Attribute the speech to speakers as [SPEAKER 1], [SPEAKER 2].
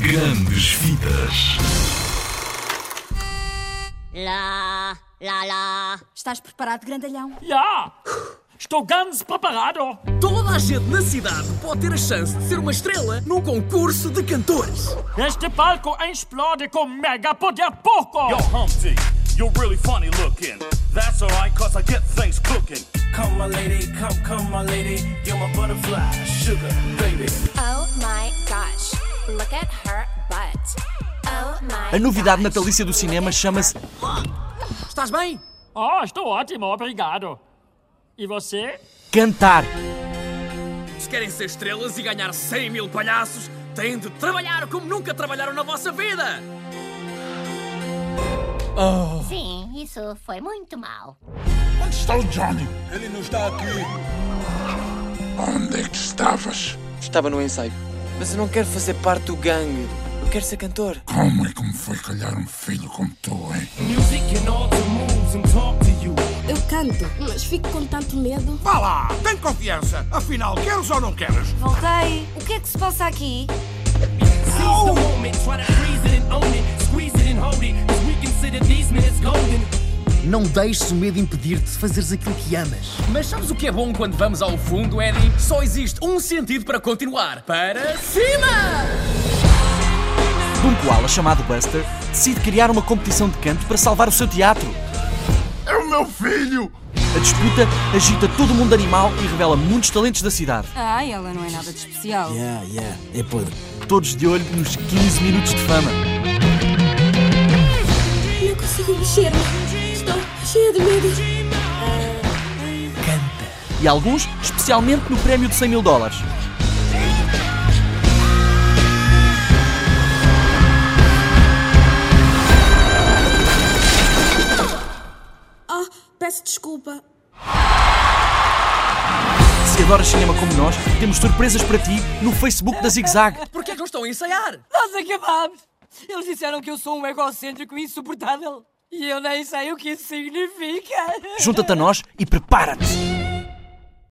[SPEAKER 1] Grandes fitas.
[SPEAKER 2] La, la, la.
[SPEAKER 3] Estás preparado, grandalhão?
[SPEAKER 4] Ja! Estou ganz preparado!
[SPEAKER 5] Toda a gente na cidade pode ter a chance de ser uma estrela num concurso de cantores.
[SPEAKER 4] Este palco explode com mega poder pouco!
[SPEAKER 6] Yo, Humpty, you're really funny looking. That's alright, cause I get things cooking. Come, my lady, come, come, my lady. You're my butterfly, sugar, baby.
[SPEAKER 7] Oh my gosh, look at her butt. Oh my
[SPEAKER 8] A novidade
[SPEAKER 7] gosh.
[SPEAKER 8] natalícia do cinema chama-se
[SPEAKER 5] Estás bem?
[SPEAKER 4] Oh, estou ótimo, obrigado! E você?
[SPEAKER 8] Cantar.
[SPEAKER 5] Se querem ser estrelas e ganhar 100 mil palhaços, têm de trabalhar como nunca trabalharam na vossa vida.
[SPEAKER 2] Sim, isso foi muito mal.
[SPEAKER 9] Onde está o Johnny? Ele não está aqui. Onde é que estavas?
[SPEAKER 10] Estava no ensaio. Mas eu não quero fazer parte do gangue. Eu quero ser cantor.
[SPEAKER 9] Como é que me foi calhar um filho como tu, hein?
[SPEAKER 6] Music and all the moves and talk to you.
[SPEAKER 3] Eu canto, mas fico com tanto medo.
[SPEAKER 11] Vá lá, tem confiança. Afinal, queres ou não queres?
[SPEAKER 3] Voltei. O que é que se passa aqui?
[SPEAKER 6] Seize the moment, try to freeze it and own it. Squeeze it and hold it, cause we consider these minutes golden.
[SPEAKER 12] Não deixes o medo impedir-te de fazeres aquilo que amas.
[SPEAKER 5] Mas sabes o que é bom quando vamos ao fundo, Eddie? Só existe um sentido para continuar. Para cima!
[SPEAKER 8] De um koala chamado Buster, decide criar uma competição de canto para salvar o seu teatro.
[SPEAKER 9] É o meu filho!
[SPEAKER 8] A disputa agita todo o mundo animal e revela muitos talentos da cidade. é
[SPEAKER 3] Ah, ela não é nada de especial.
[SPEAKER 8] Todos de olho nos 15 minutos de fama.
[SPEAKER 3] Não consigo mexer-me. Estou cheia de medo.
[SPEAKER 8] E alguns, especialmente no prémio de 100 mil dólares.
[SPEAKER 3] Ah, peço desculpa.
[SPEAKER 8] Se adoras cinema como nós, temos surpresas para ti no Facebook da ZigZag.
[SPEAKER 5] Porquê é que não estão a ensaiar?
[SPEAKER 4] Nós acabamos! Eles disseram que eu sou um egocêntrico insuportável. E eu nem sei o que isso significa.
[SPEAKER 8] Junta-te a nós e prepara-te!